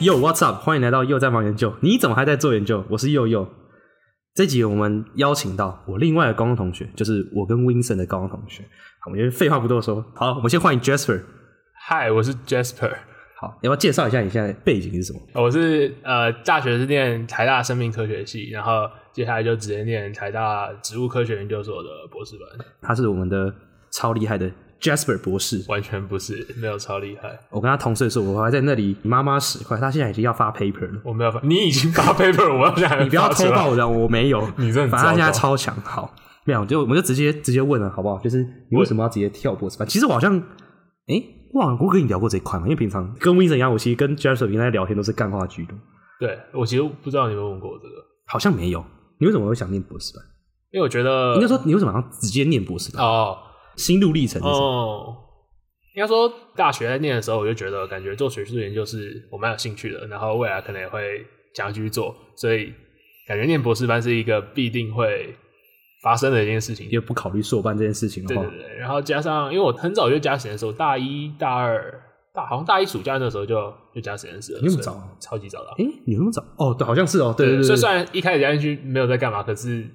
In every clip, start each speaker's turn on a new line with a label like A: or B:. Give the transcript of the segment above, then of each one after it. A: Yo, what's up？欢迎来到又在忙研究。你怎么还在做研究？我是佑佑。这集我们邀请到我另外的高中同学，就是我跟 Vincent 的高中同学。好我们就废话不多说，好，我们先欢迎 Jasper。
B: 嗨，我是 Jasper，
A: 好，要不要介绍一下你现在的背景是什么？
B: 呃我是呃大学是念台大生命科学系，然后接下来就直接念台大植物科学研究所的博士班，
A: 他是我们的超厉害的 Jasper 博士。
B: 完全不是没有超厉害，
A: 我跟他同岁数，我还在那里妈妈使坏，他现在已经要发 paper 了。
B: 我没有发，你已经发 paper，我要 让
A: 你不要
B: 发出
A: 偷
B: 来
A: 爆我的，我没有。
B: 你真的很
A: 反正他现在
B: 糟
A: 超
B: 糕
A: 强。好，没有，就我们就直接直接问了，好不好？就是你为什么要直接跳博士班？其实我好像，哎、我好像我跟你聊过这一块嘛，因为平常跟 Vincent 一样，我其实跟 Jasper 平常在聊天都是干话居多，
B: 对我其实不知道你有没有问过我这个，
A: 好像没有。你为什么会想念博士班？
B: 因为我觉得
A: 应该说你为什么要直接念博士班？
B: 哦
A: 心路历程是什么？
B: 哦，应该说大学在念的时候，我就觉得感觉做学术研究是我蛮有兴趣的，然后未来可能也会想要继续做，所以感觉念博士班是一个必定会发生的一件事情。
A: 也不考虑硕班这件事情的
B: 对
A: 话
B: 对，对，然后加上因为我很早就加实验室，我大一大二大好像大一暑假那时候就就加实验室了，
A: 你那么
B: 所以
A: 早啊
B: 超级早的啊。
A: 哎、你有那么早？哦，对，好像是哦，对对对
B: 所以虽
A: 对，
B: 然一开始加进去没有在干嘛，可是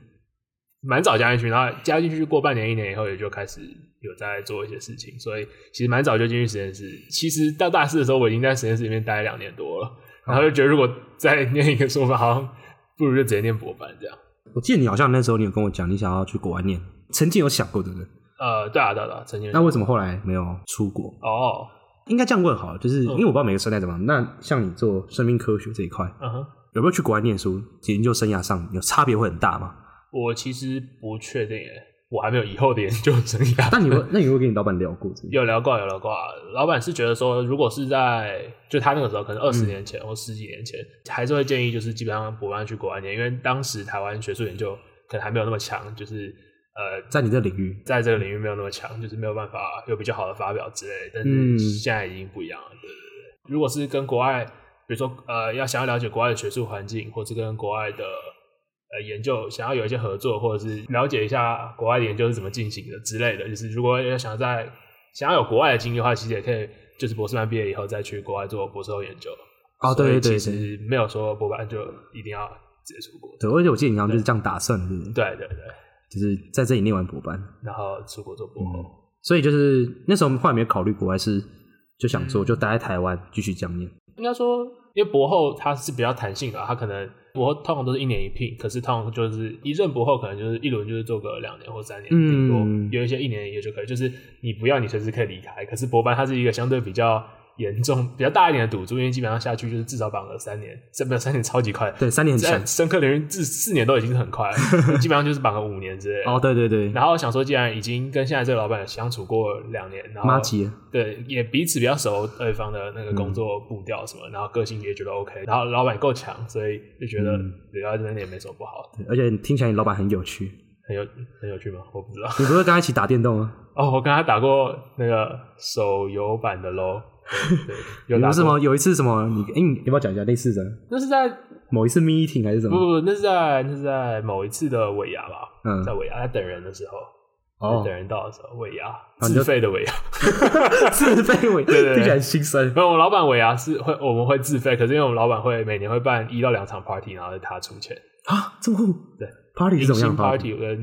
B: 蛮早加进去，然后加进去过半年一年以后，也就开始有在做一些事情，所以其实蛮早就进去实验室。其实到大四的时候，我已经在实验室里面待了两年多
A: 哦
B: 了，然后就觉得如果再念一个说法，好像不如就直接念博班 这样。
A: 我记得你好像那时候你有跟我讲，你想要去国外念，曾经有想过，对不对？
B: 呃，对啊，对啊，对啊，曾经
A: 哦那为什么后来没有出国？
B: 哦，
A: 应该这样问好了，就是因为我不知道每个生态怎么样。那像你做生命科学这一块，
B: 嗯哼。
A: 有没有去国外念书？研究生涯上有差别会很大吗？
B: 我其实不确定诶，我还没有以后的研究生涯。
A: 那你会，那你会跟你老板聊过这个？
B: 有聊过，有聊过啊。老板是觉得说，如果是在就他那个时候，可能二十年前或十几年前，还是会建议就是基本上博班去国外念，因为当时台湾学术研究可能还没有那么强，就是呃
A: 在你这领域，
B: 在这个领域没有那么强，就是没有办法有比较好的发表之类的。但
A: 嗯
B: 是现在已经不一样了，对对对。如果是跟国外，比如说呃，要想要了解国外的学术环境，或是跟国外的呃研究，想要有一些合作，或者是了解一下国外的研究是怎么进行的之类的，就是如果要想在想要有国外的经历的话，其实也可以就是博士班毕业以后再去国外做博士后研究。
A: 哦对对对
B: 所以其实没有说博班就一定要直接出国。
A: 对，而且我记得你好像就是这样打算，是不是？，
B: 对对对，
A: 就是在这里念完博班，
B: 然后出国做博后。
A: 所以就是那时候我们后来没有考虑国外，是就想说就待在台湾继续这样念。
B: 应该说，因为博后它是比较弹性的啊，它可能博后通常都是一年一聘，可是通常就是一任博后可能就是一轮就是做个两年或三年，
A: 嗯
B: 顶多、有一些一年也就可以，就是你不要你随时可以离开。可是博班它是一个相对比较严重、比较大一点的赌注，因为基本上下去就是至少绑个三年，这没有三年超级快，
A: 对，三年很
B: 在
A: 强。
B: 深刻领域至四年都已经是很 快了，基本上就是绑个五年之类的。
A: 哦，对对对，
B: 然后想说，既然已经跟现在这个老板相处过两年，然后
A: 妈吉了，
B: 对，也彼此比较熟对方的那个
A: 嗯
B: 工作步调什么，然后个性也觉得 OK，然后老板够强，所以就觉得
A: 嗯
B: 留在这边也没什么不好，
A: 对而且听起来你老板很有趣。
B: 很有很有趣吗？我不知道。
A: 你不是跟他一起打电动啊吗？
B: 哦，我跟他打过那个手游版的喽，对对， 有
A: 有
B: 打
A: 什
B: 过。
A: 么？有一次什么？你哎，你要不要讲一下类似的？
B: 那是在
A: 某一次 meeting 还是什
B: 不不
A: 么？
B: 不，那是在那是在某一次的尾牙吧，
A: 嗯
B: 在，尾牙在等人的时候，
A: 哦
B: 在等人到的时候，尾牙
A: 你就
B: 自费的尾牙，
A: 自费尾，
B: 对对
A: 听起来很心酸。
B: 没有，我们老板尾牙是会我们会自费，可是因为我们老板会每年会办一到两场 party，然后是他出钱。
A: 啊，这么酷！
B: 对
A: ，party 是
B: 迎
A: 怎么
B: 新
A: 样
B: party 跟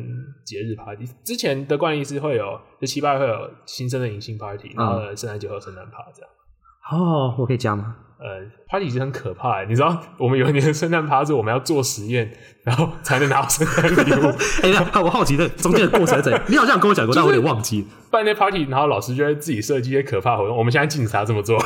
B: 节日 party，之前的惯例是会有，就七八月会有新生的迎新
A: 啊
B: party，然后呢圣诞节会有圣诞趴这样。
A: 哦，我可以加吗？
B: 呃，party 其实很可怕欸，你知道，我们有一年的 圣诞趴是我们要做实验，然后才能拿到圣诞礼物。
A: 哎、那我好奇的中间的过程是 怎样？你好像有跟我讲过，但我有点忘记。
B: 办那 party，然后老师就会自己设计一些可怕活动。我们现在禁止他这 么做，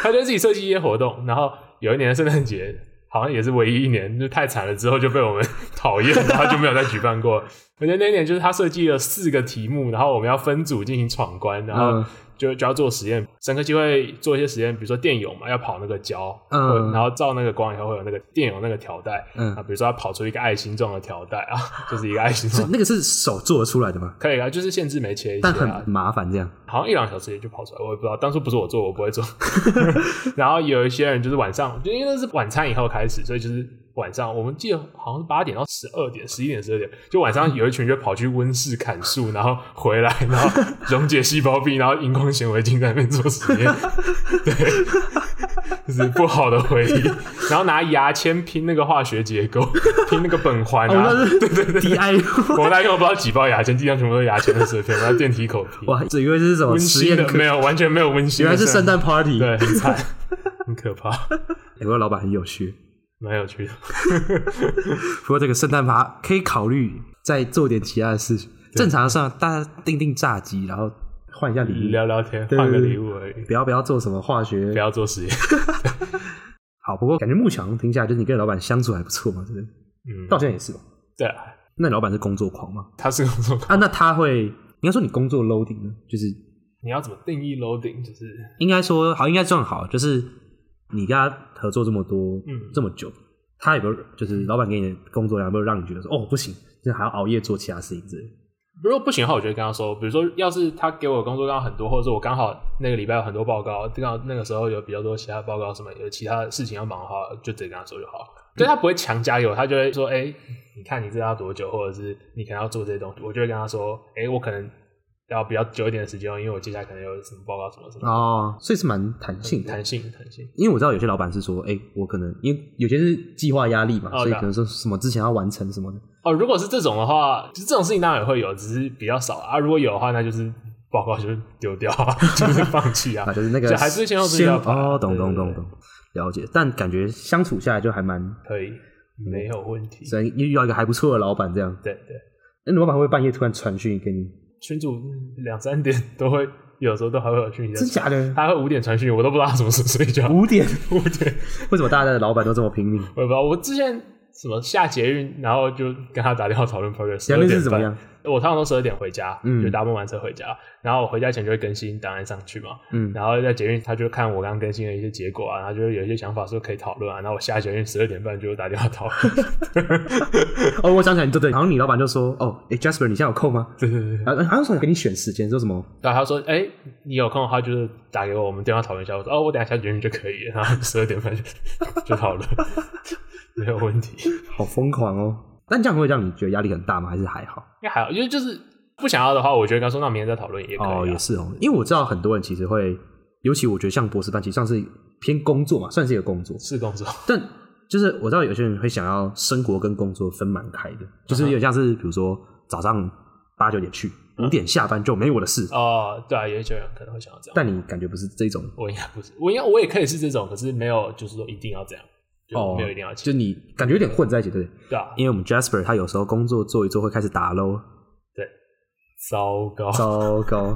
B: 他就自己设计一些活动。然后有一年的圣诞节，好像也是唯一一年，就太惨了，之后就被我们讨厌，然后就没有再举办过。而且那一年就是他设计了四个题目，然后我们要分组进行闯关，然后
A: 嗯
B: 就就要做实验。整个机会做一些实验，比如说电泳嘛，要跑那个胶，
A: 嗯
B: 会然后照那个光以后会有那个电泳那个条带，
A: 嗯
B: 啊，比如说要跑出一个爱心状的条带啊，就是一个爱心状。
A: 那个是手做得出来的吗？
B: 可以啊，就是限制没切一切、
A: 但
B: 啊，
A: 很很麻烦，这样。
B: 好像一两个小时也就跑出来，我也不知道。当初不是我做，我不会做。 然后有一些人就是晚上，就因为那是晚餐以后开始，所以就是晚上，我们记得好像是八点到十二点、十一点、十二点，就晚上有一群就跑去温室砍树，然后回来，然后溶解细胞壁，然后荧光显微镜在那边做实验。对，就是不好的回忆，然后拿牙签拼那个化学结构， 拼那个苯环啊，
A: 哦那是
B: 对对对，
A: DI
B: 我那用了不知道几包牙签，地上全部都是牙签的碎片，我在电梯口拼，
A: 哇，这以为是什么
B: 温
A: 实
B: 馨
A: 验
B: 的
A: 课
B: 没，有，完全没有温馨
A: 原
B: 的，
A: 来是圣诞 party。
B: 对，很惨， 很可怕，
A: 美国老板很有趣。
B: 蛮有趣的。
A: 不过这个圣诞趴可以考虑再做点其他的事情。正常上大家订订炸鸡，然后换一下礼物，
B: 聊聊天，
A: 对
B: 换个礼物而已，
A: 不要不要做什么化学
B: 不要做实验。
A: 好，不过感觉慕强听下来，就是你跟老板相处还不错嘛，对不对？
B: 嗯，
A: 到现在也是吧。
B: 对啊，
A: 那你老板是工作狂吗？
B: 他是工作狂。
A: 啊，那他会应该说你工作 loading 呢，就是
B: 你要怎么定义 loading？就是
A: 应该说好，应该算好，就是你跟他合作这么多，
B: 嗯
A: 这么久，他有没有就是老板给你的工作量有没有让你觉得说哦不行，就是还要熬夜做其他事情之类的？
B: 如果不行的话，我就会跟他说，比如说，要是他给我的工作量很多，或者是我刚好那个礼拜有很多报告，刚好那个时候有比较多其他报告什么，有其他事情要忙的话，就直接跟他说就好。对他不会强加油，他就会说：“哎、你看你这要多久，或者是你可能要做这些东西。”我就会跟他说：“哎、我可能要比较久一点的时间哦，因为我接下来可能有什么报告什么什么。
A: 哦，所以是蛮弹性的。
B: 弹性，弹性。
A: 因为我知道有些老板是说，哎、我可能因为有些是计划压力嘛，
B: 哦
A: 所以
B: 对啊
A: 可能说什么之前要完成什么的，
B: 哦，如果是这种的话，就这种事情当然也会有，只是比较少啊。如果有的话，那就是报告就是丢掉啊， 就是放弃 啊
A: 啊，。就是那个
B: 就还是先要自己
A: 先
B: 要排
A: 哦，懂
B: 对
A: 懂
B: 对
A: 懂
B: 对
A: 懂，了解。但感觉相处下来就还蛮，
B: 可以，
A: 嗯
B: 没有问题。
A: 虽然遇到一个还不错的老板这样。
B: 对对，
A: 那你老板会不会半夜突然传讯给你？
B: 群主两三点都会，有时候都还会有讯息
A: 真
B: 在传。
A: 假的？
B: 他会五点传讯，我都不知道他什么时候睡觉。
A: 五点？
B: 五点，
A: 为什么大家的老板都这么拼命？
B: 我也不知道。我之前什么下捷运，然后就跟他打电话讨论 progress。
A: 杨律师怎么样？？
B: 我通常都十二点回家，
A: 嗯
B: 就搭不完车回家。然后我回家前就会更新档案上去嘛。
A: 嗯，
B: 然后在捷运，他就看我刚刚更新的一些结果啊，然后就有一些想法说可以讨论啊。然后我下捷运十二点半就打电话讨 论。
A: 哦，我想起来，对对，好像你老板就说，哦，哎、j a s p e r 你现在有空吗？
B: 对对对对。
A: 啊，好像说给你选时间，说什么？
B: 然后他说：“哎、你有空的话就是打给我，我们电话讨论一下。”我说：“哦，我等一下下捷运就可以了。”然后十二点半就就讨论， 没有问题。应
A: 好疯狂哦！但这样会让你觉得压力很大吗？还是还好？
B: 该还好，因为就是不想要的话，我觉得刚说那明天再讨论也可以、啊。
A: 哦，也是哦，因为我知道很多人其实会，尤其我觉得像博士班，其实算是偏工作嘛，算是一个工作，
B: 是工作，
A: 但就是我知道有些人会想要生活跟工作分蛮开
B: 嗯
A: 的，就是有点像是比如说早上八九点去，五点下班就没我的事。
B: 哦，对啊，有一些人可能会想要这样，
A: 但你感觉不是这种
B: 我应该不是，我应该我也可以是这种，可是没有就是说一定要这样，就
A: 哦，
B: 没有一定要去，
A: 就你感觉有点混在一起，对不对？
B: 对啊，
A: 因为我们 Jasper 他有时候工作做一做会开始打
B: 哦
A: l
B: 糟糕，
A: 糟 糕，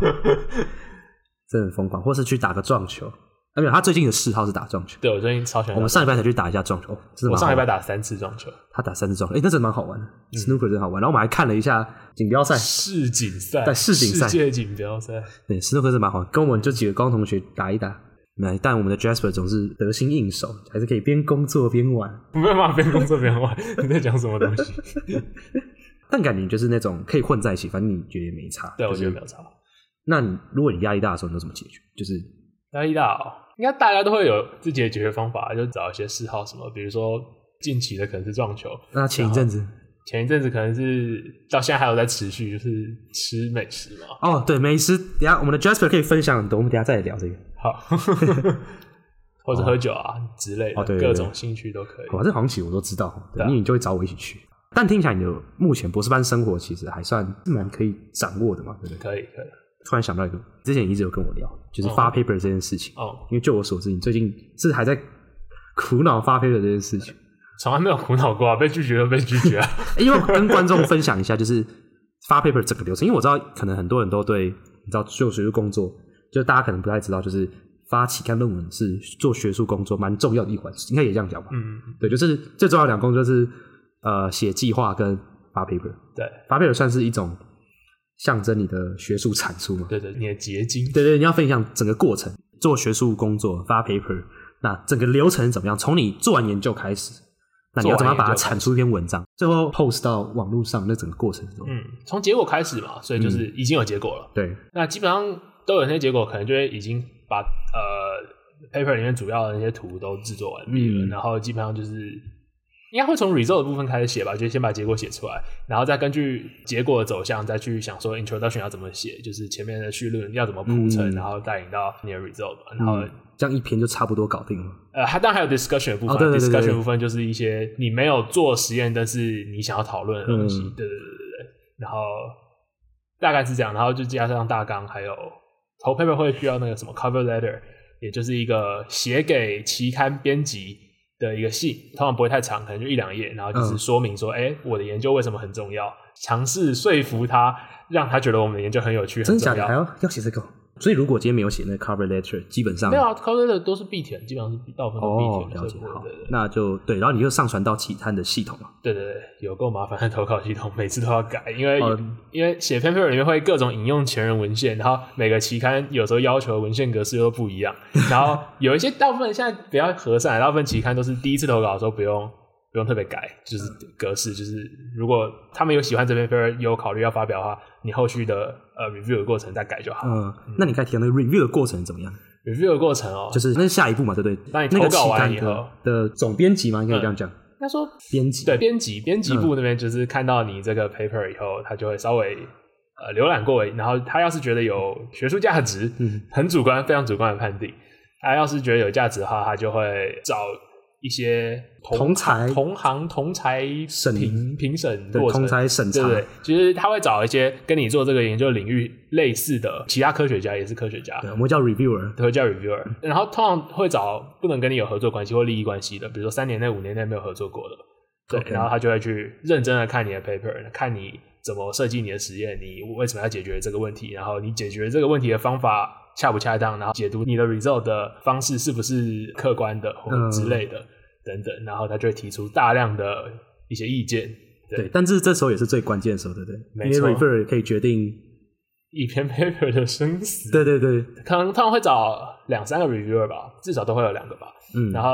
A: 真的很疯狂，或是去打个撞球。啊，没有，他最近的嗜好是打撞球。
B: 对我最近超喜欢
A: 我
B: 打
A: 们，上礼拜才去打一下撞球，哦、真的
B: 我
A: 蛮好
B: 上礼
A: 玩
B: 拜嗯打三次撞球，
A: 他打三次撞球，哎、那真的蛮好玩的、s n o o k e r 真好玩。然后我们还看了一下锦标赛，
B: 世锦赛，
A: 对世锦赛
B: 世界锦标赛，
A: 对，斯诺克是蛮好，跟我们这几个高中同学打一打。那但我们的 Jasper 总是得心应手，还是可以边工作边玩。
B: 没办法边工作边玩，你在讲什么东西？
A: 但感觉就是那种可以混在一起，反正你觉得也没差。
B: 对，我
A: 就是
B: 觉得没有差。
A: 那你如果你压力大的时候，你都怎么解决？就是
B: 压力大哦，应该大家都会有自己的解决方法，就找一些嗜好什么，比如说近期的可能是撞球，
A: 那前一阵子，
B: 前一阵子可能是到现在还有在持续，就是吃美食嘛。
A: 哦，对，美食，等一下我们的 Jasper 可以分享很多，我们等一下再聊这个。
B: 好， 或者喝酒啊、之类的，
A: 哦对对对
B: 各种兴趣都可以。
A: 哇，这行情我都知道，对
B: 对啊
A: 因为你就会找我一起去。但听起来你的目前博士班生活其实还算是蛮可以掌握的嘛，对不对？
B: 可以可以，
A: 突然想到一个，之前你一直有跟我聊，就是发 paper 这件事情。
B: 哦，
A: 因为就我所知，你最近是还在苦恼发飞的这件事情。
B: 从来没有苦恼过啊，被拒绝就被拒绝啊。
A: 欸、因为跟观众分享一下，就是发 paper 整个流程，因为我知道可能很多人都对你知道做学术工作，就大家可能不太知道，就是发期刊论文是做学术工作蛮重要的一环，应该也这样讲吧？
B: 嗯，
A: 对，就是最重要的两个工作就是呃写计划跟发 paper，
B: 对
A: 发 paper 算是一种象征你的学术产出嘛？
B: 对对，你的结晶，
A: 对对，你要分享整个过程，做学术工作发 paper，那整个流程怎么样？从你做完研究开始，那你要怎么样把它产出一篇文章，最后 post 到网络上，那整个过程是怎么样？
B: 嗯，从结果开始嘛，所以就是
A: 嗯
B: 已经有结果了。
A: 对，
B: 那基本上都有那些结果，可能就会已经把呃 paper 里面主要的那些图都制作完毕了，
A: 嗯
B: 然后基本上就是应该会从 result 的部分开始写吧，就先把结果写出来，然后再根据结果的走向再去想说 introduction 要怎么写，就是前面的绪论要怎么铺陈，
A: 嗯
B: 然后带领到你的 result 嘛。然后、
A: 这样一篇就差不多搞定了。
B: 呃，还当然还有 discussion 的部分、
A: 哦对对对
B: d i s c u s s
A: 对
B: i o n 部分就是一些你没有做实验，但是你想要讨论的东西。
A: 嗯
B: 对对对对对。然后大概是这样，然后就加上大纲，还有投 paper 会需要那个什么 cover letter，也就是一个写给期刊编辑的一个信，通常不会太长，可能就一两页，然后就是
A: 嗯
B: 说明说，哎、我的研究为什么很重要，尝试说服他，让他觉得我们的研究很有趣，
A: 真
B: 很
A: 的假
B: 重
A: 的？
B: 要
A: 还。要要写这个？所以如果今天没有写那个 cover letter，基本上
B: 没有啊，cover letter 都是必填，基本上是必大部分都
A: 哦
B: 必，
A: 了
B: 填，所以
A: 解
B: 不会
A: 好
B: 对对对，
A: 那就对，然后你就上传到其他的系统嘛。
B: 对对对，有够麻烦的投稿系统， 每次都要改，因为、
A: 哦
B: 因为写 paper 里面会各种引用前人文献，然后每个期刊有时候要求的文献格式又 不一样，然后有一些大部分现在比较和善，大部分期刊都是第一次投稿的时候不用不用特别改，就是
A: 嗯
B: 格式，就是如果他们有喜欢这篇 paper 有考虑要发表的话，你后续的呃 review 的过程再改就好。
A: 嗯，那你刚才提到那个 review 的过程怎么样？
B: review 的过程哦，
A: 就是那是下一步嘛，对不对？
B: 当你
A: 那
B: 投
A: 个期
B: 稿完嗯
A: 刊
B: 以后
A: 的的总编辑嘛，应该可以这样讲，
B: 应该说
A: 编辑
B: 对，编辑编
A: 嗯
B: 辑部那边就是看到你这个 paper 以后，他就会稍微呃浏览过，然后他要是觉得有学术价值，
A: 嗯，
B: 很主观，非常主观的判定。他要是觉得有价值的话，他就会找一些
A: 同才
B: 同行同才
A: 审
B: 评评审
A: 对
B: 过程
A: 通。才审
B: 对
A: 查
B: 不，对，其实他会找一些跟你做这个研究领域类似的其他科学家，也是科学家，
A: 对我们叫 reviewer，
B: 都会叫 reviewer，然后通常会找不能跟你有合作关系或利益关系的，比如说三年内、五年内没有合作过的，对
A: OK
B: 然后他就会去认真的看你的 paper，看你怎么设计你的实验，你为什么要解决这个问题，然后你解决这个问题的方法恰不恰当，然后解读你的 result 的方式是不是客观的或者之类
A: 嗯
B: 的、等等，然后他就会提出大量的一些意见，对
A: 对，但是这时候也是最关键的时候，对不对？
B: 没
A: 因
B: 错
A: 为 reviewer 可以决定，
B: 一篇 paper 的生死，
A: 对对对，
B: 可能通常会找两三个 reviewer 吧，至少都会有两个吧。
A: 嗯，
B: 然后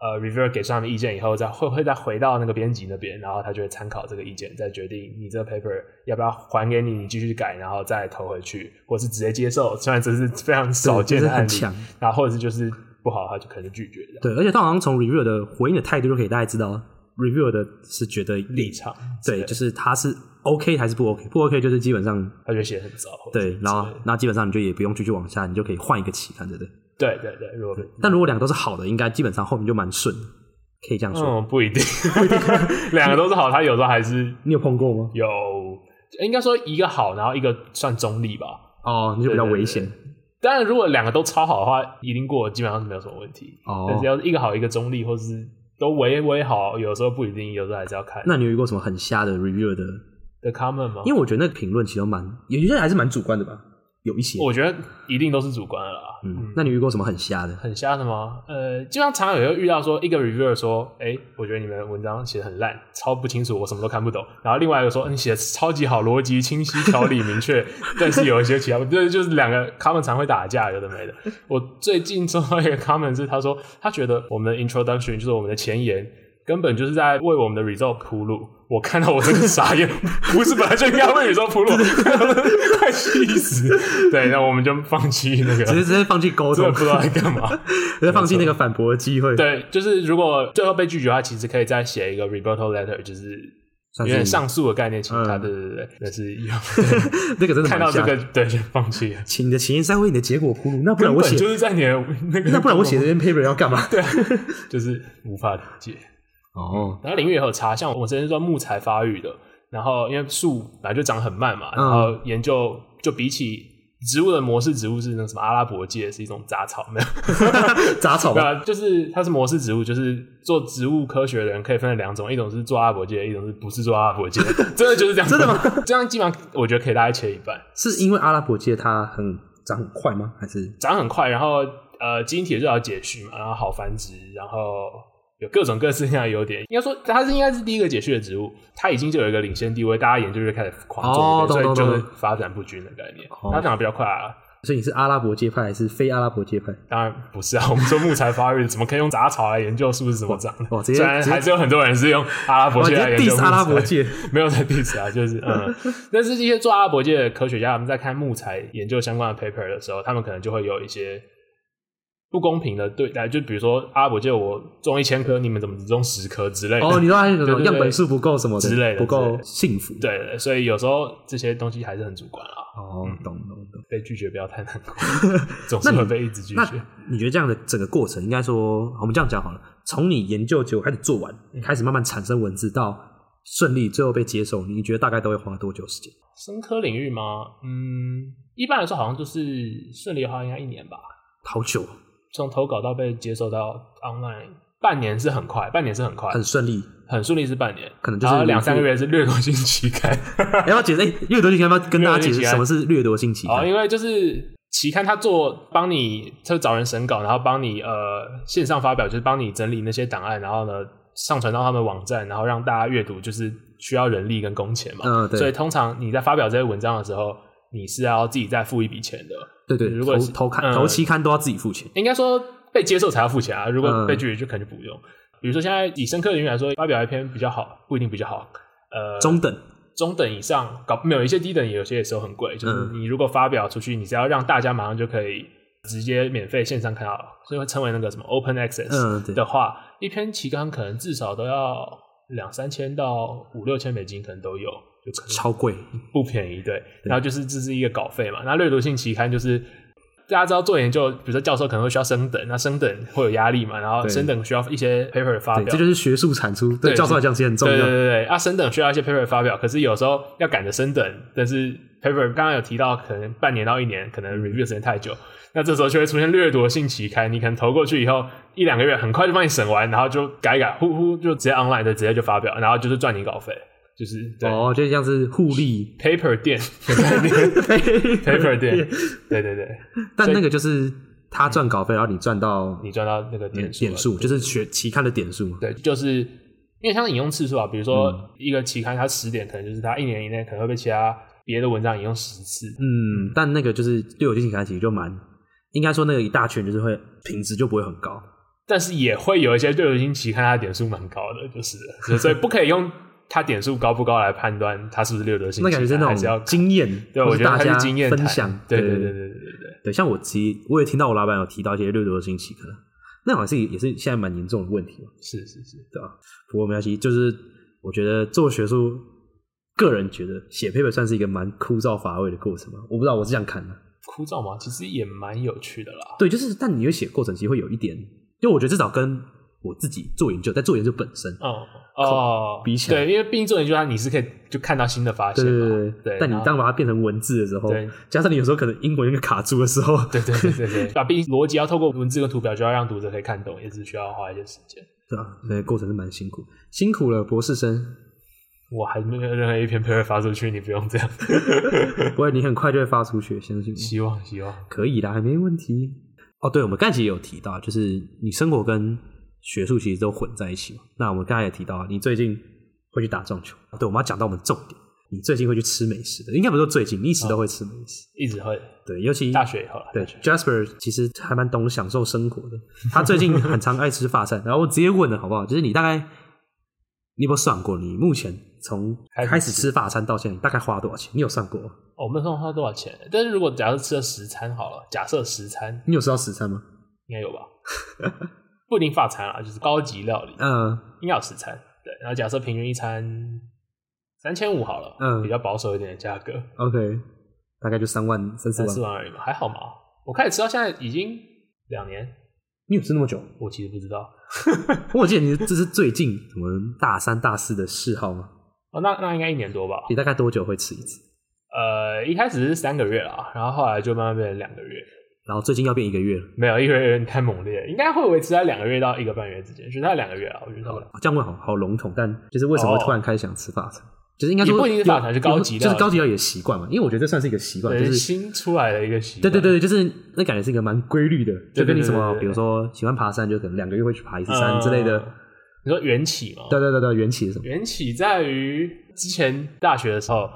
B: 呃，reviewer 给出他们意见以后，再会会再回到那个编辑那边，然后他就会参考这个意见，再决定你这个 paper 要不要还给你，你继续改，然后再投回去，或是直接接受。虽然这是非常少见的
A: 这是
B: 案
A: 很
B: 例
A: 强，
B: 然后或者是就是不好，他就可能就拒绝的
A: 对，而且他好像从 reviewer 的回应的态度就可以大概知道 reviewer 的是觉得
B: 立场之类
A: 对，
B: 的，
A: 就是他是 OK 还是不 OK，不 OK 就是基本上
B: 他就写得很糟。或者是
A: 对，然后
B: 之类的
A: 那基本上你就也不用继续往下，你就可以换一个期刊，对不对？
B: 对对对，如果
A: 但如果两个都是好的，应该基本上后面就蛮顺的，可以这样说。
B: 嗯不一定，两个都是好，他有时候还是
A: 你有碰过吗？
B: 有。应该说一个好，然后一个算中立吧。
A: 哦，那就比较
B: 对对
A: 危险
B: 当然，如果两个都超好的话，一定过，基本上是没有什么问题。
A: 哦
B: 但。是要是一个好一个中立，或是都微微好，有时候不一定，有时候还是要看。
A: 那你有遇过什么很瞎的 review 的？
B: 的 common 吗？
A: 因
B: 为
A: 为我觉得那个评论其实都蛮，有些还是蛮主观的吧，有一些。
B: 我觉得一定都是主观的啦。
A: 嗯，那你遇过什么很瞎的？
B: 很瞎的吗？呃，就像常常有会遇到说，一个 reviewer 说，哎、我觉得你们的文章写的很烂，超不清楚，我什么都看不懂。然后另外一个说，你嗯写的超级好，逻辑清晰，条理明确。但是有一些其他，对，就是两个 common 常会打架，有的没的。我最近收到一个 common 是，他说他觉得我们的 introduction 就是我们的前言，根本就是在为我们的 result 铺路。我看到我真的傻眼， 不是本来就应该为 result 铺路， 快气死！对，那我们就放弃那个，
A: 直接直接放弃沟
B: 真的
A: 通
B: 不，知道在干嘛。
A: 直接放弃那个反驳的机会。，
B: 对，就是如果最后被拒绝的话，其实可以再写一个 rebuttal letter，就是有
A: 算是
B: 点上诉的概念，请他，
A: 嗯
B: 对对对，但 是有
A: 那个真的
B: 看
A: 蛮
B: 到这
A: 瞎。
B: 个，对，就放弃了。
A: 请你的前言在为你的结果铺路，那 不然
B: 根
A: 我
B: 本就
A: 写，
B: 是在你的那个，啊
A: 那不然我写这篇 paper 要干嘛？对，
B: 就是无法理解。
A: 哦，
B: 然后领域也有差，像我之前是做木材发育的，然后因为树本来就长很慢嘛，然后
A: 嗯
B: 研究就比起。植物的模式植物是那种什么阿拉伯芥是一种杂草，没有
A: 杂草
B: 对
A: 吧，
B: 啊，就是它是模式植物，就是做植物科学的人可以分成两种，一种是做阿拉伯芥，一种是不是做阿拉 伯芥，真的就是这样，
A: 真的吗？
B: 这样基本上我觉得可以大概切一半，
A: 是因为阿拉伯界它很长很快吗？还是
B: 长很快，然后呃基因体最好解序嘛，然后好繁殖，然后有各种各式各样的优点。应该说它是应该是第一个解序的植物，它已经就有一个领先地位，大家研究就开始狂做
A: 哦
B: 这个，
A: 懂
B: 所
A: 懂
B: 以就是
A: 懂懂
B: 发展不均的概念，
A: 哦
B: 它长得比较快啊。
A: 所以你是阿拉伯界派还是非阿拉伯界派？
B: 当然不是啊，我们说木材发育，怎么可以用杂草来研究是不是怎么长的？
A: 哇哦直接哦
B: 虽然还是有很多人是用阿拉伯啊
A: 哇，直
B: 界来
A: 接
B: 研究
A: diss
B: 木材
A: 阿拉伯界，
B: 没有在 diss 啊，就是嗯，但是这些做阿拉伯界的科学家，他们在看木材研究相关的 paper 的时候，他们可能就会有一些不公平的对待，就比如说啊，我记得我种一千颗，你们怎么只种十颗之类的。
A: 哦，你说还有什
B: 对
A: 么
B: 对对
A: 样本数不够什么的
B: 之类
A: 不
B: 的之类
A: 够
B: 的
A: 幸福。
B: 对对，所以有时候这些东西还是很主观啊。
A: 哦，懂懂懂。
B: 被拒绝不要太难 过，总是会被一直拒
A: 那
B: 绝。
A: 你觉得这样的整个过程，应该说，我们这样讲好了，从你研究结果开始做完，
B: 嗯
A: 开始慢慢产生文字，到顺利最后被接受，你觉得大概都会花多久时间？
B: 生科领域吗？嗯，一般来说好像就是顺利的话应该一年吧，
A: 好久，
B: 从投稿到被接受到 online，半年是很快，半年是很快，
A: 很顺 利。
B: 很顺利是半年，
A: 可能就是
B: 然后两三个月是掠夺性期刊。
A: 要不要解释？哎、掠夺性期刊要不要跟大家解释
B: 掠夺性期刊
A: 什么是掠夺 性期
B: 哦，
A: 刊？
B: 因为就是期刊他做帮你，他找人审稿，然后帮你呃线上发表，就是帮你整理那些档案，然后呢上传到他们网站，然后让大家阅读，就是需要人力跟工钱嘛。
A: 嗯对
B: 所以通常你在发表这些文章的时候，你是要自己再付一笔钱的。
A: 对对，
B: 如果
A: 投
B: 是
A: 投刊、
B: 嗯
A: 投期刊都要自己付钱。
B: 应该说被接受才要付钱啊，如果
A: 嗯
B: 被拒绝就可能就不用。比如说现在以深刻领域来说，发表一篇比较好，不一定比较好。呃，
A: 中等
B: 中等以上，搞没有一些低等，也有些时候很贵。就是
A: 嗯
B: 你如果发表出去，你只要让大家马上就可以直接免费线上看到，所以会称为那个什么 open access
A: 嗯对
B: 的话，一篇期刊可能至少都要两三千到五六千美金，可能都有，就可能
A: 超贵，
B: 不便宜。对，然后就是这是一个稿费嘛。那掠夺性期刊就是。大家知道做研究，比如说教授可能会需要升等，那升等会有压力嘛，然后
A: 对
B: 升等需要一些 paper 的发
A: 对，
B: 表，
A: 这就是学术产出，对
B: 对
A: 教授来讲其实很重
B: 对对
A: 要。
B: 对对，啊，升等需要一些 paper 发表，可是有时候要赶着升等，但是 paper 刚刚有提到，可能半年到一年，可能 review 时间太久，那这时候就会出现掠夺性期刊，你可能投过去以后一两个月，很快就帮你审完，然后就改一改，呼呼就直接 online 的直接就发表，然后就是赚你稿费，就是对、
A: 哦，就像是互利
B: paper 店 paper 店 paper 店，对对对，
A: 但那个就是他赚稿费，然后你赚到
B: 你赚到那个点数了
A: 嗯点
B: 啊
A: 数，就是学期刊的点数嘛。
B: 对，就是因为像引用次数啊，比如
A: 嗯
B: 说一个期刊它十点，可能就是它一年以内可能会被其他别的文章引用十次。
A: 嗯，但那个就是对我进行感其实就蛮，应该说那个一大圈就是会品质就不会很高。
B: 但是也会有一些对流行期刊它的点数蛮高的，就是 了所以不可以用它点数高不高来判断它是不是六流行
A: 那
B: 期
A: 感
B: 刊，
A: 觉是那
B: 还是要
A: 种经验，
B: 对，
A: 或
B: 我
A: 是
B: 觉得
A: 大
B: 它
A: 家
B: 是经验
A: 分
B: 谈
A: 享。
B: 对对
A: 对
B: 对对对对
A: 对，像我其我也听到我老板有提到一些掠夺性期刊，那好像是也是现在蛮严重的问题嘛，
B: 对，是是是，
A: 对吧、不过没关系，就是我觉得做学术，个人觉得写 paper 算是一个蛮枯燥乏味的过程嘛。我不知道我是这样看的，
B: 枯燥嘛，其实也蛮有趣的啦。
A: 对，就是但你会写过程其实会有一点，因为我觉得至少跟我自己做研究，在做研究本身，
B: 哦哦，
A: 比起来
B: 对，因为毕竟做研究它你是可以就看到新的发
A: 对
B: 现
A: 对
B: 嘛，
A: 对
B: 对
A: 但你
B: 然后
A: 当把它变成文字的时候
B: 对，
A: 加上你有时候可能英文又卡住的时候，
B: 对对对对对， 把毕竟逻辑要透过文字跟图表，就要让读者可以看懂，也是需要花一些时间。
A: 对吧、所以过程是蛮辛苦，辛苦了博士生。
B: 我还没有任何一篇 paper 发出去，你不用这 样。
A: 不过你很快就会发出去，相信我。
B: 希望希望，
A: 可以啦，没问题。哦，对，我们刚才其实也有提到，就是你生活跟学术其实都混在一起嘛。那我们刚才也提到，啊你最近会去打撞球，对，我们要讲到我们重点，你最近会去吃美食的，应该不是说最近，你一直都会吃美食，
B: 一直会
A: 对，尤其
B: 大学以后了。
A: 对 Jasper 其实还蛮懂享受生活的，他最近很常爱吃法餐，然后我直接问了好不好？就是你大概你有没有算过，你目前从
B: 开始
A: 开始吃法餐到现在，你大概花多少钱？你有算过吗？
B: 哦，我没有算花多少钱，但是如果假设吃了十餐好了，假设十餐
A: 你有吃到十餐吗？
B: 应该有 吧，不一定法餐啦，就是高级料理
A: 嗯，
B: 应该有十餐。对，然后假设平均一餐三千五好了，
A: 嗯
B: 比较保守一点的价格，
A: OK，大概就三万三四
B: 三
A: 万
B: 四。万而已嘛，还好嘛。我开始吃到现在已经两年，
A: 你有吃那么久？
B: 我其实不知道。
A: 我记得你这是最近我们大三大四的嗜好吗？
B: 哦，那那应该一年多吧。
A: 你大概多久会吃一次？
B: 呃，一开始是三个月啦，然后后来就慢慢变成两个月，
A: 然后最近要变一个月了。
B: 没有一个月有点太猛烈，应该会维持在两个月到一个半月之间，就是在两个月啊，我觉得差不多。
A: 这样问好好笼统，但就是为什么会
B: 哦
A: 突然开始想吃法餐？就是应该说
B: 也不一定是法餐
A: 有
B: 是高级料理啊
A: 就是高级料理的习惯嘛。因为我觉得这算是一个习惯，
B: 对，
A: 就是是
B: 新出来的一个习
A: 对
B: 惯。
A: 对对，就是那感觉是一个蛮规律的，就
B: 对对
A: 跟你什
B: 对
A: 么，
B: 对对
A: 比如说喜欢爬山，就可能两个月会去爬一次
B: 嗯
A: 山之类的。
B: 你说缘起吗？
A: 对对对对，缘起什么？
B: 缘起在于之前大学的时候，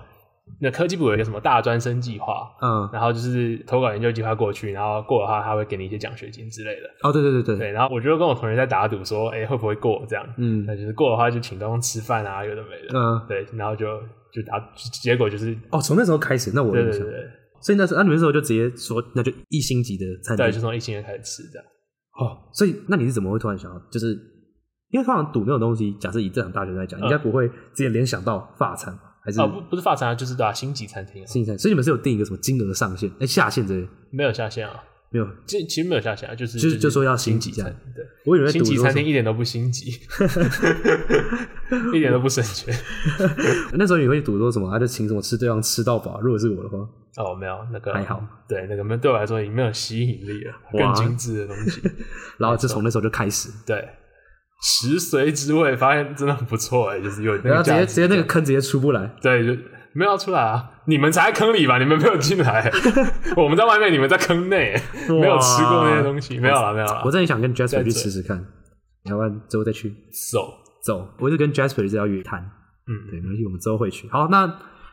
B: 那科技部有一个什么大专生计划，
A: 嗯，
B: 然后就是投稿研究计划过去，然后过的话他会给你一些奖学金之类的。
A: 哦，对对对对，
B: 对，然后我就跟我同学在打赌说，哎、会不会过这样？
A: 嗯
B: 那就是过的话就请东吃饭啊，有的没的。
A: 嗯，
B: 对，然后就就打，结果就是
A: 哦，从那时候开始，那我
B: 对
A: 有印
B: 对
A: 象
B: 对。对，
A: 啊所以那时候，那你们那时候就直接说，那就一星级的餐
B: 对，
A: 厅
B: 就从一星月开始吃这样。
A: 哦，所以那你是怎么会突然想到，就是因为通常赌那种东西，假设以正常大学来讲，
B: 嗯
A: 应该不会直接联想到法餐吧还是
B: 啊，不不是发餐啊，就是对啊，星级餐厅啊，
A: 新餐，所以你们是有定一个什么金额的上限、哎、下限之类的
B: 没有下限啊，
A: 没有？
B: 其其实没有下限啊，就是
A: 就是就说要星级这样
B: 餐，对。
A: 我以为在
B: 星
A: 赌
B: 级
A: 的
B: 餐
A: 时候
B: 厅一点都不 星级，一点都不省钱。
A: 那时候你会赌说什么？啊他、就请什么吃对方吃到饱。如果是我的话，
B: 哦，没有那个
A: 还好，
B: 对那个没有对我来说已经没有吸引力了，
A: 哇
B: 更精致的东西。
A: 然后就从那时候就开 始，
B: 对，食髓知味，发现真的很不错哎、就是有
A: 然
B: 那个
A: 啊后直接
B: 价
A: 直
B: 值
A: 接那个坑直接出不来。
B: 对，就没有要出来啊！你们才在坑里吧？你们没有进来，我们在外面，你们在坑内，没有吃过那些东西，没有了，没有了
A: 我。真的想跟 Jasper
B: 再
A: 去
B: 嘴
A: 吃吃看，要不然之后再去
B: 手，
A: 走。我就跟 Jasper 是要约谈，
B: 嗯，
A: 对，没关系，我们之后会去。好，那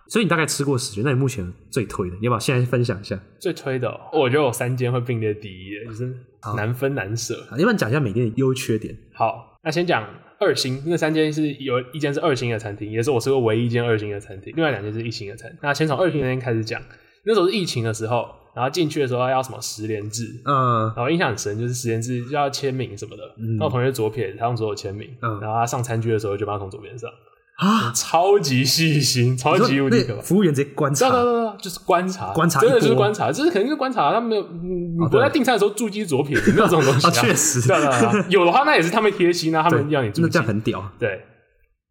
A: 所以你大概吃过十间，那你目前最推的，你要不要现在分享一下？
B: 最推的哦、我觉得有三间会并列第一的，就是难分难舍。
A: 啊要不然讲一下每店的优缺点？
B: 好，那先讲二星，那三间是有一间是二星的餐厅，也是我吃过唯一一间二星的餐厅，另外两间是一星的餐厅。那先从二星那间开始讲，那时候是疫情的时候，然后进去的时候要什么十连制。
A: 呃，
B: 然后印象很深，就是十连制要签名什么的。
A: 嗯
B: 那我同学左撇，他用左手签名，
A: 嗯
B: 然后他上餐具的时候就帮他从左边上，
A: 啊，
B: 超级细心，超
A: 你
B: 级
A: 说
B: 无敌
A: 那
B: 可怕
A: 个。服务员直接观
B: 对
A: 察
B: 啊对啊对啊，就是观察，
A: 观察
B: 真的就
A: 一
B: 是
A: 波
B: 观察，这是肯定是观察，他没有，嗯你
A: 哦
B: 不
A: 对
B: 在订餐的时候注记左撇子，没有这种东西
A: 啊，确实，
B: 对啊 对啊对啊有的话那也是他们贴心啊，他们
A: 对
B: 让你注
A: 那
B: 记
A: 这样，很屌。啊
B: 对，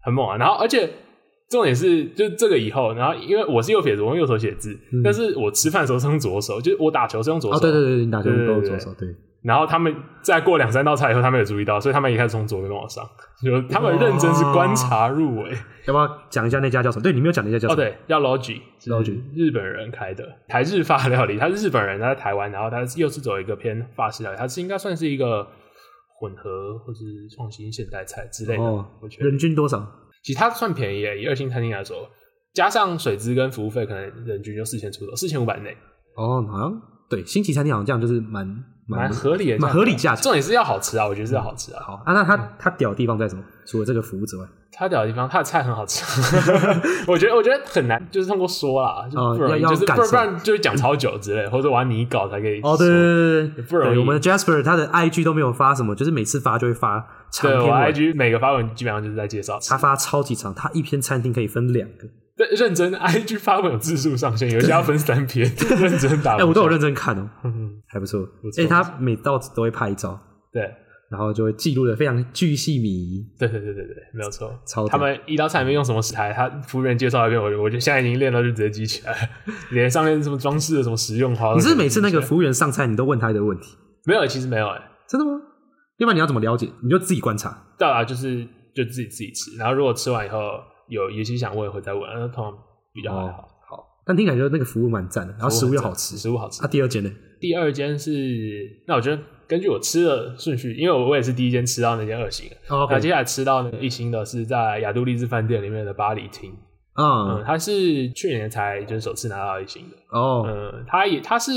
B: 很猛啊。然后而且重点是，就这个以后，然后因为我是右撇子，我用右手写字，
A: 嗯
B: 但是我吃饭的时候是用左手，就是我打球是用左手，
A: 哦，对对对，对你打球
B: 对对
A: 都
B: 对
A: 左
B: 对
A: 手，对，
B: 然后他们再过两三道菜以后，他们有注意到，所以他们一开始从左边往上，就他们认真是观察入微。
A: 要不要讲一下那家叫哦什么？对，你没有讲那家叫
B: 哦，
A: 什么？
B: 对，叫 Logi，是
A: Logi
B: 日本人开的台日法料理，他是日本人，他在台湾，然后他又是走一个偏法式料理，他是应该算是一个混合或是创新现代菜之类的，
A: 哦
B: 我觉得
A: 人均多少？
B: 其实它算便宜耶，以二星餐厅来说，加上水资跟服务费，可能人均就四千出头，四千五百内，
A: 哦，好像对，星级餐厅好像这样就是蛮
B: 蛮合理的价格，
A: 蛮合理价钱。
B: 重点是要好吃啊，我觉得是要好吃啊。
A: 好啊，那它它屌的地方在什么？除了这个服务之外，
B: 它屌的地方，它的菜很好吃， 我觉得我觉得很难，就是通过说啦，就
A: 哦
B: 不容易，
A: 要要
B: 就是
A: 感
B: 不
A: 受
B: 然不然就是讲超久之类，或者玩泥搞才可以。
A: 哦，对对对对
B: 不容易
A: 对，我们的 Jasper 他的 IG 都没有发什么，就是每次发就会发长
B: 对，
A: 篇
B: 我
A: 文，
B: IG 每个发文基本上就是在介绍，
A: 他发超级长，他一篇餐厅可以分两个。
B: 认认真 IG 发文有字数上限，有些要分三篇，认真打。
A: 哎、我都有认真看哦、
B: 嗯，
A: 还不错。
B: 错
A: 哎、他每道都会拍照，
B: 对
A: 然后就会记录的非常巨细靡遗。
B: 对对对对对，没有错。
A: 超屌
B: 他们一道菜里面用什么食材，他服务员介绍一遍，我我就现在已经练到就直接记起来了， 连上面什么装饰的什么实用花。
A: 你是不是每次那个服务员上菜，你都问他一个问题，
B: 没有？其实没有哎、
A: 真的吗？要不然你要怎么了解？你就自己观察。
B: 到啊就是就自己自己吃，然后如果吃完以后有有些想问会再问，那通常比较还好。
A: 但听起来就那个服务蛮赞的，哦然后食物又好吃。
B: 食物好吃
A: 啊，。第二间呢？
B: 第二间是，那我觉得根据我吃的顺序，因为我也是第一间吃到那间二星的，
A: 哦
B: 那接下来吃到那个一星的是在雅都丽兹饭店里面的巴黎厅，嗯，
A: 嗯，
B: 它是去年才就是首次拿到一星的，
A: 哦，
B: 嗯，它也它是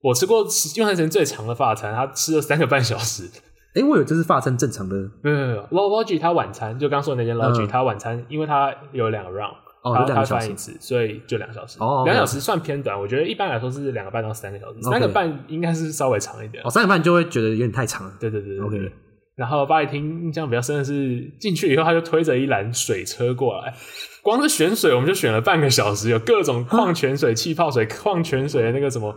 B: 我吃过用餐时间最长的法餐，它吃了三个半小时。
A: 哎，我以为这是发餐正常的
B: 没有没有没有，Logi 它晚餐就刚说的那间 Logi，、
A: 嗯
B: 它晚餐因为它有两个 round，
A: 哦
B: 它
A: 有两个
B: 它
A: 小时
B: 翻一次，所以就两个小时。
A: 哦，OK
B: 两小时算偏短，我觉得一般来说是两个半到三个小时，
A: OK
B: 三个半应该是稍微长一点。
A: 哦，三点半就会觉得有点太长了。
B: 对对对对
A: OK
B: 对。然后巴黎厅印象比较深的是，进去以后他就推着一篮水车过来，光是选水我们就选了半个小时，有各种矿泉水、气泡水、 矿泉水的那个什么。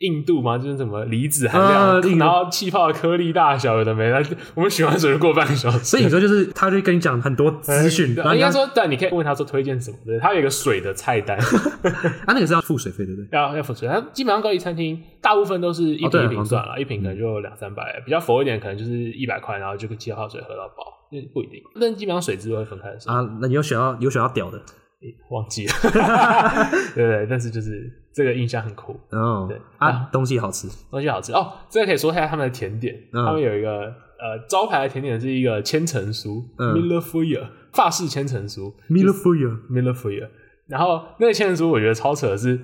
B: 硬度嘛，就是什么离子含
A: 啊
B: 量，
A: 硬度
B: 然后气泡的颗粒大小有的没的，我们选完水就过半个小时。
A: 所以你说就是他就会跟你讲很多资讯，然后
B: 对啊
A: 你要
B: 应该说，对，你可以问他说推荐什么的，他有一个水的菜单，
A: 啊，那个是要付水费对不对？
B: 要要付水。他基本上高级餐厅大部分都是一
A: 哦对啊
B: 瓶一瓶算了，一瓶可能就两三百，比较佛一点可能就是一百块，然后就个气泡水喝到饱，那不一定。但基本上水质会分开的，
A: 啊，那你有选到有选到屌的，
B: 诶忘记了， 对对对，但是就是这个印象很酷，
A: 哦
B: 对，
A: 啊，东西好吃，
B: 东西好吃哦。这个可以说一下他们的甜点，
A: 嗯
B: 他们有一个呃招牌的甜点是一个千层酥、
A: 嗯
B: m i l l e r f u y e r 法式千层酥
A: m i l f u y a
B: Miller f r e e 然后那个千层酥我觉得超扯的是，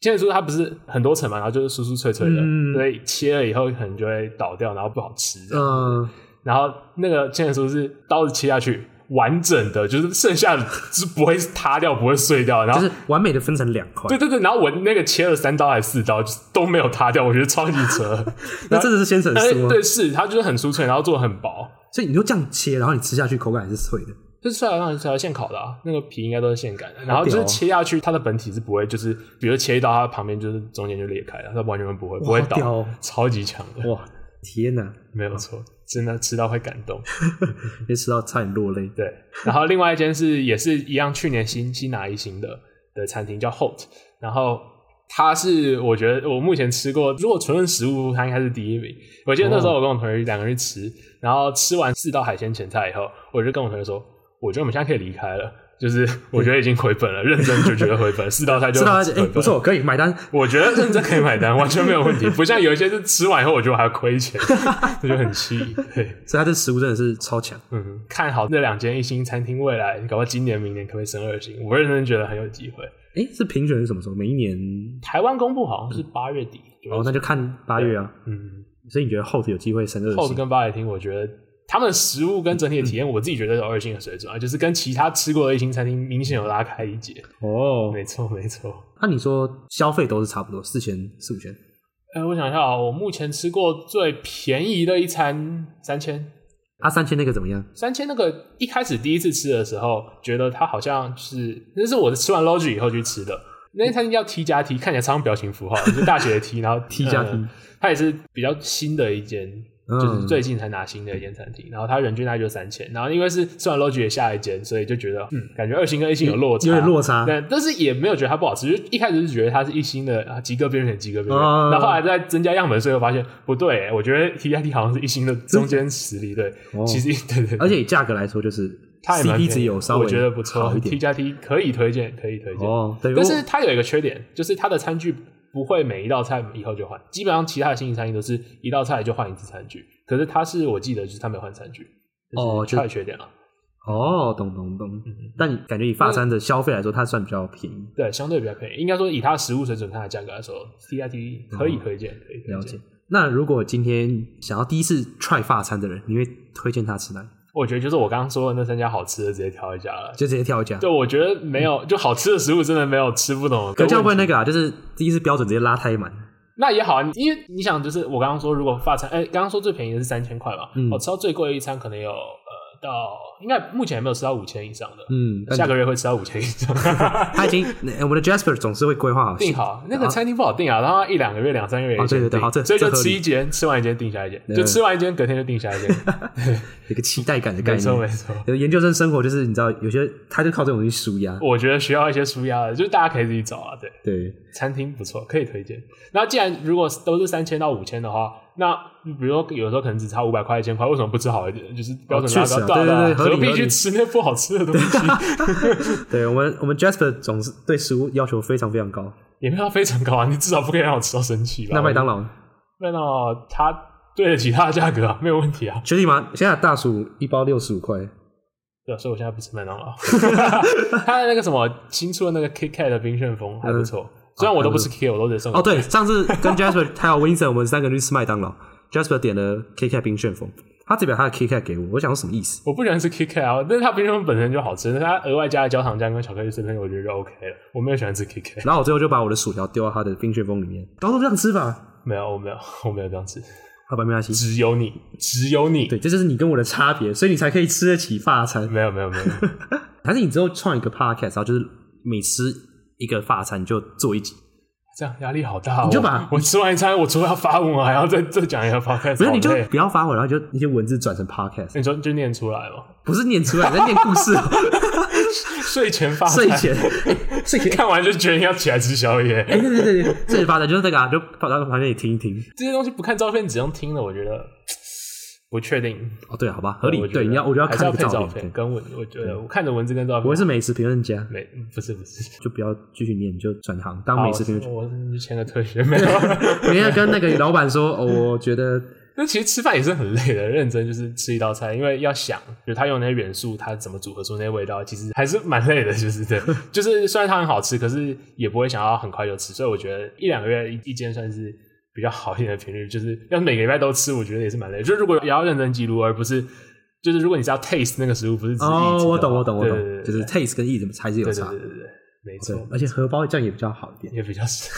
B: 千层酥它不是很多层嘛，然后就是酥酥脆脆的，
A: 嗯
B: 所以切了以后可能就会倒掉，然后不好吃这样。
A: 嗯，
B: 然后那个千层酥是刀子切下去，完整的，就是剩下的是不会塌掉、不会碎掉，然
A: 就
B: 后
A: 是完美的分成两块
B: 对。对对，然后我那个切了三刀还是四刀，就是都没有塌掉，我觉得超级扯。
A: 那真的是鲜橙
B: 但
A: 酥
B: 是
A: 吗？
B: 哎对，是它就是很酥脆，然后做的很薄，
A: 所以你就这样切，然后你吃下去口感还是脆的。
B: 就是蒜蓉是条现烤的、啊，那个皮应该都是现擀的。然后就
A: 屌
B: 是
A: 哦
B: 切下去，它的本体是不会，就是比如切一刀，它旁边就是中间就裂开了，它完全不会不会
A: 好屌
B: 倒
A: 哦，
B: 超级强的，
A: 哇，天哪！
B: 没有错，真的吃到会感动。
A: 别吃到差点落泪。
B: 对，然后另外一间是也是一样，去年新新拿一新的的餐厅叫 Hot，然后它是我觉得我目前吃过，如果纯论食物，它应该是第一名。我记得那时候我跟我朋友两个人去吃，然后吃完四道海鲜前菜以后，我就跟我朋友说，我觉得我们现在可以离开了。就是我觉得已经回本了，认真就觉得回 本，四道菜就
A: 知道
B: 回
A: 哎、
B: 本了
A: 不错，可以买单。
B: 我觉得认真可以买单，完全没有问题。不像有一些是吃完以后我觉得还要亏钱，我就很气。对，
A: 所以它这食物真的是超强。
B: 嗯，看好这两间一星餐厅未来，搞不好今年、明年可不可以升二星？我认真觉得很有机会。
A: 哎、是评选是什么时候？每一年？
B: 台湾公布好像是八月底，
A: 哦，那就看八月啊。
B: 嗯，
A: 所以你觉得后头有机会升二
B: 后
A: 星？
B: 跟八月厅，我觉得他们食物跟整体的体验，我自己觉得有二星的水准啊，就是跟其他吃过的一星餐厅明显有拉开一截。
A: 哦，
B: 没错，没错。
A: 那、你说消费都是差不多四千四五千，
B: 哎、我想一下啊，我目前吃过最便宜的一餐三千，
A: 啊三千那个怎么样？
B: 三千那个一开始第一次吃的时候，觉得它好像是，那是我吃完 Logi 以后去吃的。那餐厅叫 T 加 T，看起来超像表情符号，就是大写的 T，然后
A: T 加 T
B: 嗯它也是比较新的一间，
A: 嗯
B: 就是最近才拿新的一间餐厅。然后它人均大概就三千，然后因为是吃完 Logi 也下一间，所以就觉得嗯，感觉二星跟一星有落差，
A: 有点落差。
B: 但但是也没有觉得它不好吃，就一开始是觉得它是一星的啊，及格边缘，及格边缘。
A: 嗯
B: 然后后来在增加样本的时候，发现不对、我觉得 T I T 好像是一星的中间实力，对，
A: 哦
B: 其实 对对对，
A: 而且以价格来说，就是
B: 它也蛮
A: CP
B: 便宜
A: 值有稍微
B: 我觉得不
A: 好
B: 错
A: 一
B: ，T
A: 点。
B: 加 T 可以推荐，可以推荐。
A: 哦，对，
B: 但是
A: 我
B: 它有一个缺点，就是它的餐具不会每一道菜以后就换，基本上其他的星级餐厅都是一道菜就换一次餐具。可是它是我记得就是它没有换餐具，
A: 哦
B: 就是
A: 就
B: 它的缺点啊。
A: 哦，懂懂懂。
B: 嗯
A: 但你感觉以发餐的消费来说，它算比较便宜。
B: 对，相对比较便宜。应该说以它的食物水准、它的价格来说，T I T 可以推荐，可以推荐
A: 嗯了解。。那如果今天想要第一次 try 法餐的人，你会推荐他吃哪里？
B: 我觉得就是我刚刚说的那三家好吃的，直接挑一家了。
A: 就直接挑一家。
B: 就我觉得没有，就好吃的食物真的没有吃不懂的。
A: 可这样会
B: 问题
A: 那个啊，就是第一次标准直接拉太满。
B: 那也好啊，因为你想，就是我刚刚说，如果发餐，哎、刚刚说最便宜的是三千块嘛，
A: 嗯
B: 我吃到最贵的一餐可能有呃到，应该目前还没有吃到五千以上的，
A: 嗯，但
B: 下个月会吃到五千以 上，
A: 他已经，我们的 Jasper 总是会规划好。
B: 定好。那个餐厅不好定啊，然后一两个月、两三个月也
A: 哦对对对
B: 定
A: 好这
B: 所以就
A: 这合理嗯
B: 吃一间，吃完一间定下一间，
A: 对
B: 就吃完一间，隔天就定下 一间，
A: 有个期待感的概
B: 没错
A: 念。
B: 没错。
A: 有研究生生活就是你知道，有些他就靠这种东西舒压。
B: 我觉得需要一些舒压的，就是大家可以自己找啊，对。
A: 对，
B: 餐厅不错，可以推荐。那既然如果都是三千到五千的话，那比如说有时候可能只差五百块、一千块，为什么不吃好一点？就是标准拉
A: 确实
B: 高，
A: 啊
B: 对
A: 对对对合理
B: 何必
A: 合
B: 去
A: 理
B: 吃那不好吃的东西？
A: 对我们我们 Jasper 总是对食物要求非常非常高。
B: 也没有到非常高啊，你至少不可以让我吃到生气吧？
A: 那麦当
B: 劳，
A: 劳
B: 麦当劳它对得起它的价格啊，没有问题 啊。
A: 确定吗？现在大薯一包六十五块，
B: 对啊，所以我现在不吃麦当劳。 它的那个什么新出的那个 KitKat 的冰旋风还不错，
A: 嗯
B: 虽然我都不吃 KitKat，我都得送给
A: 哦，对，上次跟 Jasper 还有 Winston，我们三个人去吃麦当劳，Jasper 点了 KK 冰旋风，他只把他的 KK 给我，我想说什么意思？
B: 我不喜欢吃 KitKat 啊，但是它冰箱本身就好吃，但是它额外加了焦糖酱跟巧克力碎片，我觉得就 OK 了。我没有喜欢吃 KitKat，
A: 然后我最后就把我的薯条丢到他的冰旋风里面，然后都这样吃吧，
B: 没有，我没有，我没有这样吃。
A: 好吧，没关系。
B: 只有你，只有你，
A: 对，这就是你跟我的差别，所以你才可以吃得起法餐。
B: 没有，没有，没有。
A: 还是你之后创一个 podcast，然后就是每吃一个法餐你就做一集，
B: 这样压力好大、哦。
A: 你就把
B: 我吃完一餐，我除了要发文，我还要再再讲一个 podcast，
A: 不是你就
B: 好累哦
A: 不要发我，然后就那些文字转成 podcast，
B: 你说就念出来哦嘛，
A: 不是念出来，在念故事，哦
B: 睡前发
A: 睡
B: 餐，
A: 前，哎 睡前。
B: 看完就决定要起来吃宵夜。
A: 哎，对对对对，这里发展就是那个啊，就放到旁边你听一听。
B: 这些东西不看照片，只用听的，我觉得不确定。
A: 哦，对，好吧，合理。
B: 我觉得
A: 对，你要我就要
B: 还是
A: 看
B: 要
A: 那个
B: 配照
A: 片。对
B: 片跟文，我觉得我看着文字跟照片，
A: 我也是美食评论家，
B: 没不是不是。
A: 就不要继续念，就转行当美食评论
B: 好
A: 家。
B: 我我是签个退学没 有？
A: 每天跟那个老板说，哦，我觉得
B: 那其实吃饭也是很累的，认真就是吃一道菜，因为要想，就他用那些元素，他怎么组合出那些味道，其实还是蛮累的，就是 对，就是虽然它很好吃，可是也不会想要很快就吃，所以我觉得一两个月一一间算是。比较好一点的频率，就是要是每个礼拜都吃，我觉得也是蛮累。就如果也要认真记录，而不是就是如果你是要 taste 那个食物，不是只是意
A: 哦，
B: 志
A: 我
B: 的
A: 懂，
B: 话
A: 我懂，我
B: 对
A: 懂
B: 对对，
A: 就是 taste 跟 e 怎么还是有
B: 对对
A: 差
B: 对，对对，没
A: 对
B: 错，，
A: 而且荷包酱也比较好一点。
B: 也比较 是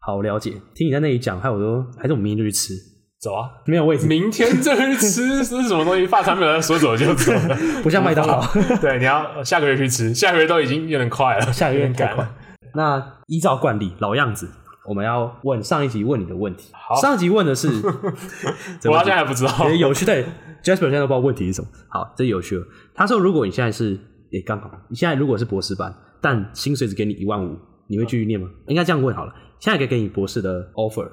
A: 好，我了解。听你在那里讲，害我都还是我们明天就去吃。
B: 走啊。
A: 没有位置，
B: 明天再去吃是什么东西？发产没有说走就走，
A: 不像麦当劳。
B: 对，你要下个月去吃，下个月都已经有点快了，
A: 下个月
B: 有点
A: 太
B: 赶
A: 快
B: 了。
A: 那依照惯例，老样子，我们要问上一集问你的问题。
B: 好
A: 上一集问的是， 怎
B: 我
A: 么
B: 到现在还不知道
A: 觉得有趣的 Jasper 现在都不知道问题是什么。好，这有趣了。他说，如果你现在是也刚好，你现在如果是博士班，但薪水只给你一万五，你会继续念吗？应该这样问好了。现在可以给你博士的 offer，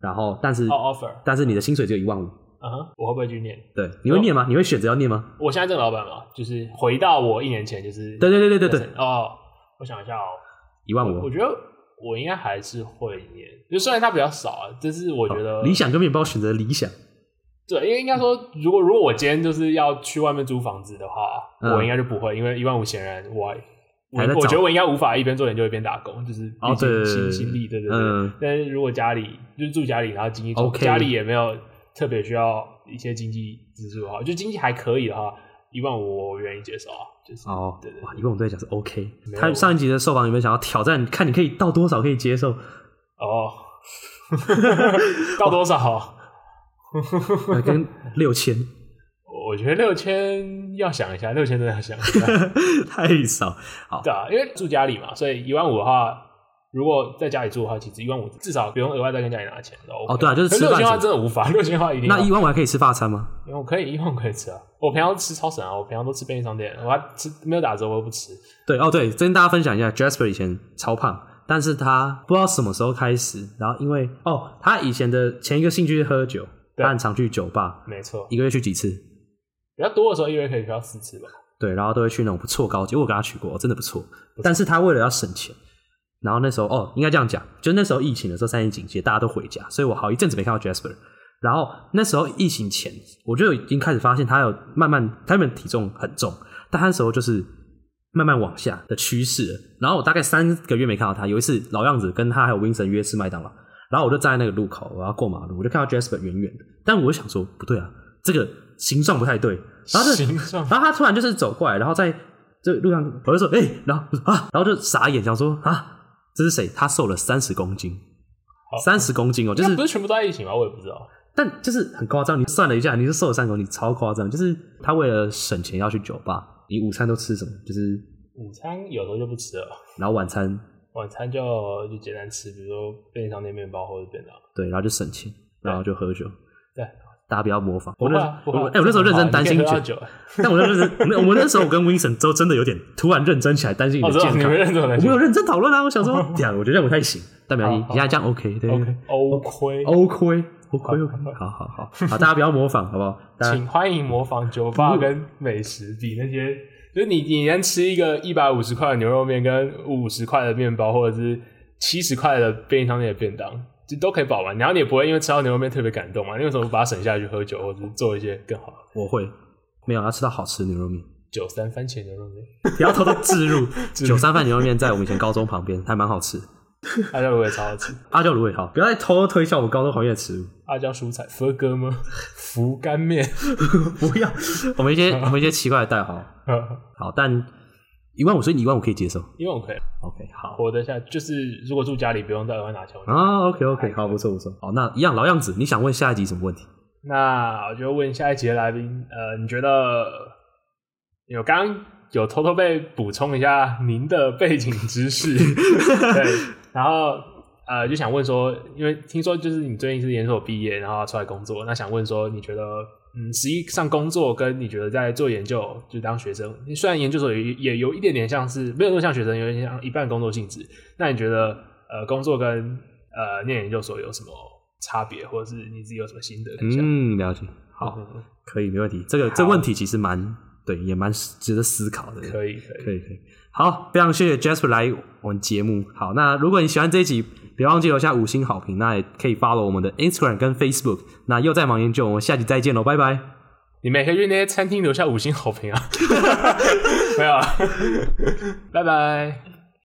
A: 然后但是、
B: 哦 offer，
A: 但是你的薪水只有一万五，
B: 嗯哼，我会不会去念？
A: 对，你会念吗？你会选择要念吗？
B: 我现在这个老板嘛，就是回到我一年前，就是
A: 对对对对对对，
B: 哦，我想一下哦，
A: 一万
B: 我
A: 五，
B: 觉得我应该还是会念，就虽然它比较少啊，但是我觉得
A: 理想跟面包选择理想，
B: 对，因为应该说，如果如果我今天就是要去外面租房子的话，
A: 嗯
B: 我应该就不会，因为一万五显然我我
A: 还在找
B: 我觉得我应该无法一边做研究一边打工，就是
A: 哦
B: 毕
A: 对对对
B: 竟
A: 对
B: 心
A: 对
B: 心力，对对对。
A: 嗯
B: 但是如果家里就是住家里，然后经济状
A: OK
B: 家里也没有特别需要一些经济支柱的话，就经济还可以的话，一万五我愿意接受啊，就是
A: 哦，
B: 对对对
A: 哇，一问我对讲是 OK
B: 没。有
A: 他上一集的受访有没有想要挑战，看你可以到多少可以接 受？
B: 哦，到多少？
A: 呃、跟六千
B: 我觉得六千要想一下，六千真的要想一下。
A: 太少。
B: 对啊，因为住家里嘛，所以一万五的话，如果在家里住的话，其实一万五至少不用额外再跟家里拿钱都 OK
A: 哦对啊就是吃
B: 可
A: 饭
B: 六千的话
A: 什
B: 真的无法， 六千的话一定要
A: 那一万五还可以吃法餐吗？
B: 因为我可以一万可以吃啊，我平常吃超省啊，我平常都吃便利商店，我还吃没有打折我又不吃。
A: 对哦，对，再跟大家分享一下，Jasper 以前超胖，但是他不知道什么时候开始，然后因为哦，他以前的前一个兴趣是喝酒，
B: 对
A: 他很常去酒吧，
B: 没错，
A: 一个月去几次？
B: 比较多的时候一个月可以去到四次吧。
A: 对，然后都会去那种不错高级，我有跟他去过，真的不错。但是他为了要省钱，然后那时候哦，应该这样讲，就那时候疫情的时候，三级警戒，大家都回家，所以我好一阵子没看到 Jasper。然后那时候疫情前，我就已经开始发现他有慢慢，他原本体重很重，但他那时候就是慢慢往下的趋势了。然后我大概三个月没看到他，有一次老样子跟他还有 Winson 约吃麦当劳，然后我就站在那个路口，我要过马路，我就看到 Jasper 远远的，但我就想说不对啊，这个形状不太对，然后就
B: 形状
A: 然后他突然就是走过来，然后在这路上，我就说：“哎、然后我说啊，然后就傻眼，想说啊，这是谁？他瘦了三十公斤，三十公斤哦， 就
B: 那
A: 是
B: 不是全部都在一起吗？我也不知道。
A: 但就是很夸张。你算了一下，你是瘦了三公斤，超夸张。就是他为了省钱要去酒吧，你午餐都吃什么？就是
B: 午餐有时候就不吃了，
A: 然后晚餐
B: 晚餐就就简单吃，比如说便利商店面包或者便当。
A: 对，然后就省钱，然后就喝酒。
B: 对，
A: 大家不要模仿。我
B: 不
A: 那
B: 会
A: 时
B: 啊不
A: 候
B: 会啊
A: 我哎、我那时候认真担心
B: 你可以喝到
A: 酒，
B: 酒。
A: 但我那时候认真，我我那时候我跟 Winson 都真的有点突然认真起来，担心你
B: 哦，
A: 的
B: 知
A: 健
B: 道
A: 康。
B: 你们认真的
A: 我没有认真讨论啊，我想 说，这样我觉得我不太行，但没关系
B: 好，好
A: 人家这样 OK，对
B: OK，欧亏
A: o k o k OK，好好好，好，大家不要模仿，好不好？大家
B: 请欢迎模仿酒吧跟美食比那些，就是你你能吃一个一百五十块的牛肉面跟五十块的面包，或者是七十块的便利商店的便当，就都可以饱完。然后你也不会因为吃到牛肉面特别感动嘛？你为什么不把它省下来去喝酒，或者是做一些更好的
A: 我会没有要吃到好吃的牛肉面，
B: 酒三番茄牛肉面？
A: 不要偷偷 置入九三饭牛肉面，在我们以前高中旁边还蛮好吃。
B: 阿胶我也超好吃，
A: 阿娇卤味好，不要再偷偷推销我们高中旁边的食物，
B: 阿胶蔬菜佛哥吗？ 福干面，
A: 不 要，我们一些我们一些奇怪的代号。好，但一万五，所以你一万五可以接受。
B: 因为我可以
A: OK，好
B: 活得下，就是如果住家里不用再额外拿钱，我就
A: 啊，OK OK，好，不错不错。好，那一样老样子，你想问下一集什么问题？
B: 那我就问下一节来宾，呃，你觉得有刚刚有偷偷被补充一下您的背景知识，对，然后呃就想问说，因为听说就是你最近是研究所毕业，然后出来工作，那想问说，你觉得嗯，实际上工作跟你觉得在做研究，就当学生，虽然研究所也也有一点点像是没有那么像学生，有点像一半工作性质，那你觉得呃工作跟呃念研究所有什么差别，或者是你自己有什么心得感想？
A: 嗯，了解。好，
B: 嗯
A: 可以，没问题。这个这问题其实蛮对，也蛮值得思考的。
B: 可以可以，
A: 可以，可以。好，非常谢谢 Jasper 来我们节目。好，那如果你喜欢这一集，别忘记留下五星好评。那也可以 follow 我们的 Instagram 跟 Facebook。那又在忙研究，我们下集再见喽，拜拜。
B: 你们也可以去那 些餐厅留下五星好评啊。没有啊，拜拜。